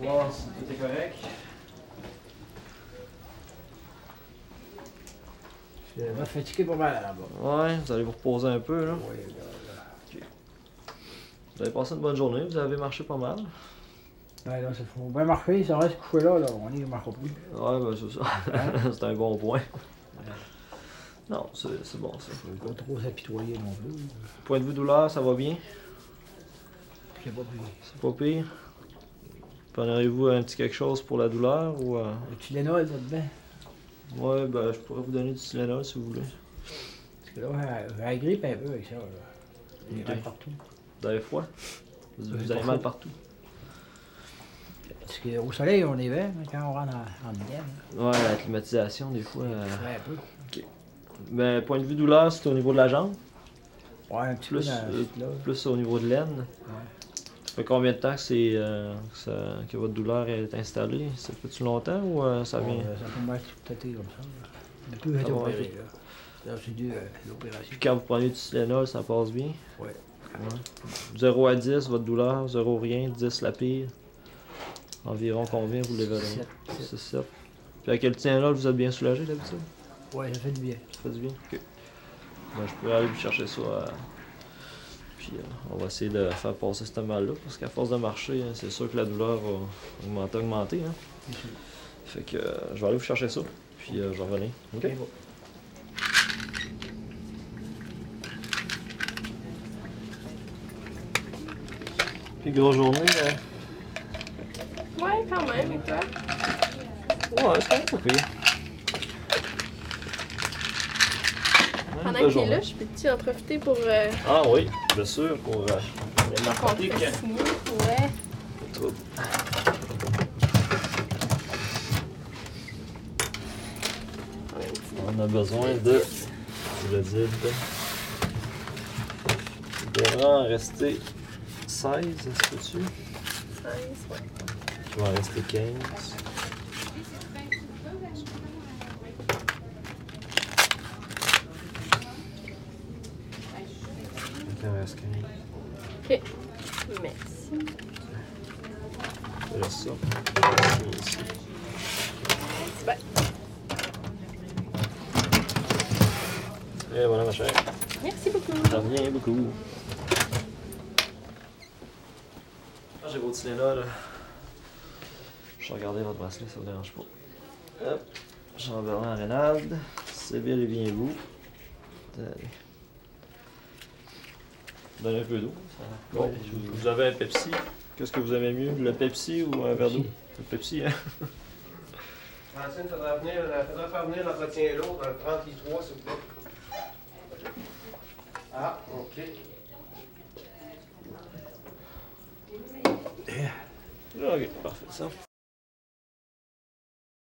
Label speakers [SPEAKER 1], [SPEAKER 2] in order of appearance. [SPEAKER 1] voir si tout est correct.
[SPEAKER 2] Je vais fatigué Euh, pas mal hein, là-bas.
[SPEAKER 1] Ouais, vous allez vous reposer un peu, là.
[SPEAKER 2] Oui, là,
[SPEAKER 1] Vous avez passé une bonne journée, vous avez marché pas mal.
[SPEAKER 2] là. Ouais, là, ça faut bien marcher, ça reste couché là, là. On y marche plus.
[SPEAKER 1] Ouais, ben c'est ça. c'est un bon point. Non, c'est c'est bon, ça.
[SPEAKER 2] Faut Pas trop s'apitoyer non plus.
[SPEAKER 1] Point de vue douleur, ça va bien?
[SPEAKER 2] Je sais pas pris.
[SPEAKER 1] C'est pas pire? Prendrez-vous un petit quelque chose pour la douleur ou... euh,
[SPEAKER 2] Le Tylenol là-dedans.
[SPEAKER 1] Ouais, ben je pourrais vous donner du Tylenol si vous voulez.
[SPEAKER 2] Parce que là, j'ai la grippe un peu avec ça, là. J'ai
[SPEAKER 1] Ok.
[SPEAKER 2] mal partout.
[SPEAKER 1] Vous avez froid? Vous, vous
[SPEAKER 2] J'ai
[SPEAKER 1] avez
[SPEAKER 2] pas
[SPEAKER 1] mal
[SPEAKER 2] froid.
[SPEAKER 1] partout?
[SPEAKER 2] Parce qu'au soleil, on est vert, mais quand on rentre en, en hiver,
[SPEAKER 1] Ouais, la climatisation, des fois... euh,
[SPEAKER 2] là, un peu.
[SPEAKER 1] Ben, point de vue douleur, c'est au niveau de la jambe,
[SPEAKER 2] Ouais, un petit peu
[SPEAKER 1] Plus,
[SPEAKER 2] dans
[SPEAKER 1] euh,
[SPEAKER 2] là.
[SPEAKER 1] plus au niveau de l'aine. Ça fait combien de temps que, c'est, euh, que, ça- que votre douleur est installée? Ça fait-tu longtemps ou euh, ça vient?
[SPEAKER 2] Bon, euh, ça peut mal tout tâter comme ça. là. Depuis que j'ai été
[SPEAKER 1] Ah, ouais,
[SPEAKER 2] opéré, là. Là, c'est dû euh, à l'opération.
[SPEAKER 1] Puis quand vous prenez du Tylenol, ça passe bien?
[SPEAKER 2] Ouais.
[SPEAKER 1] 0 à 10, votre douleur, 0 rien, 10 la pire. Environ combien vous l'évaluez?
[SPEAKER 2] Sept, sept.
[SPEAKER 1] 6, 7. Puis avec le Tylenol, vous êtes bien soulagé d'habitude?
[SPEAKER 2] Ouais, ça fait du bien.
[SPEAKER 1] Ça fait du bien? Ok. Ben, je pourrais aller vous chercher ça. euh, Puis euh, on va essayer de faire passer ce mal-là, parce qu'à force de marcher, hein, c'est sûr que la douleur va augmenter, augmenter. hein.
[SPEAKER 2] Bien sûr.
[SPEAKER 1] Fait que euh, je vais aller vous chercher ça, puis euh, je vais revenir. Ok?
[SPEAKER 2] Bien beau.
[SPEAKER 1] Puis grosse journée. euh.
[SPEAKER 3] Ouais, quand même, et toi?
[SPEAKER 1] Ouais, c'est quand même pas pire. Ouais,
[SPEAKER 3] Pendant
[SPEAKER 1] belle
[SPEAKER 3] qu'il est
[SPEAKER 1] journée.
[SPEAKER 3] là, je peux-tu en profiter pour euh,
[SPEAKER 1] Ah oui, bien sûr, pour euh, les
[SPEAKER 3] qu'on te
[SPEAKER 1] narcotiques.
[SPEAKER 3] fasse signer? Ouais.
[SPEAKER 1] Trouble. On a besoin de. Je le dis, de- Il devrait en rester 16, est-ce que tu
[SPEAKER 3] Nice, ouais.
[SPEAKER 1] Je vais en rester 15. Il en reste 15.
[SPEAKER 3] Merci.
[SPEAKER 1] Il reste ça. Ici.
[SPEAKER 3] Bye.
[SPEAKER 1] Et voilà ma chère.
[SPEAKER 3] Merci beaucoup.
[SPEAKER 1] Ça revient beaucoup. Ah, j'ai beau dîner là, là. Je vais regarder votre bracelet, ça vous dérange pas. Hop. Jean-Bernard Reynald. C'est bien et bien vous. Allez. Donnez Ben, un peu d'eau. ça- Bon,
[SPEAKER 2] Ouais,
[SPEAKER 1] vous, vous avez un Pepsi. Qu'est-ce que vous aimez mieux, le Pepsi ou un verre d'eau? Le Pepsi, hein?
[SPEAKER 4] Francine, faudra, venir, faudra faire venir l'entretien lourd dans le 33, s'il vous plaît. Ah, OK.
[SPEAKER 1] Ok, parfait, ça.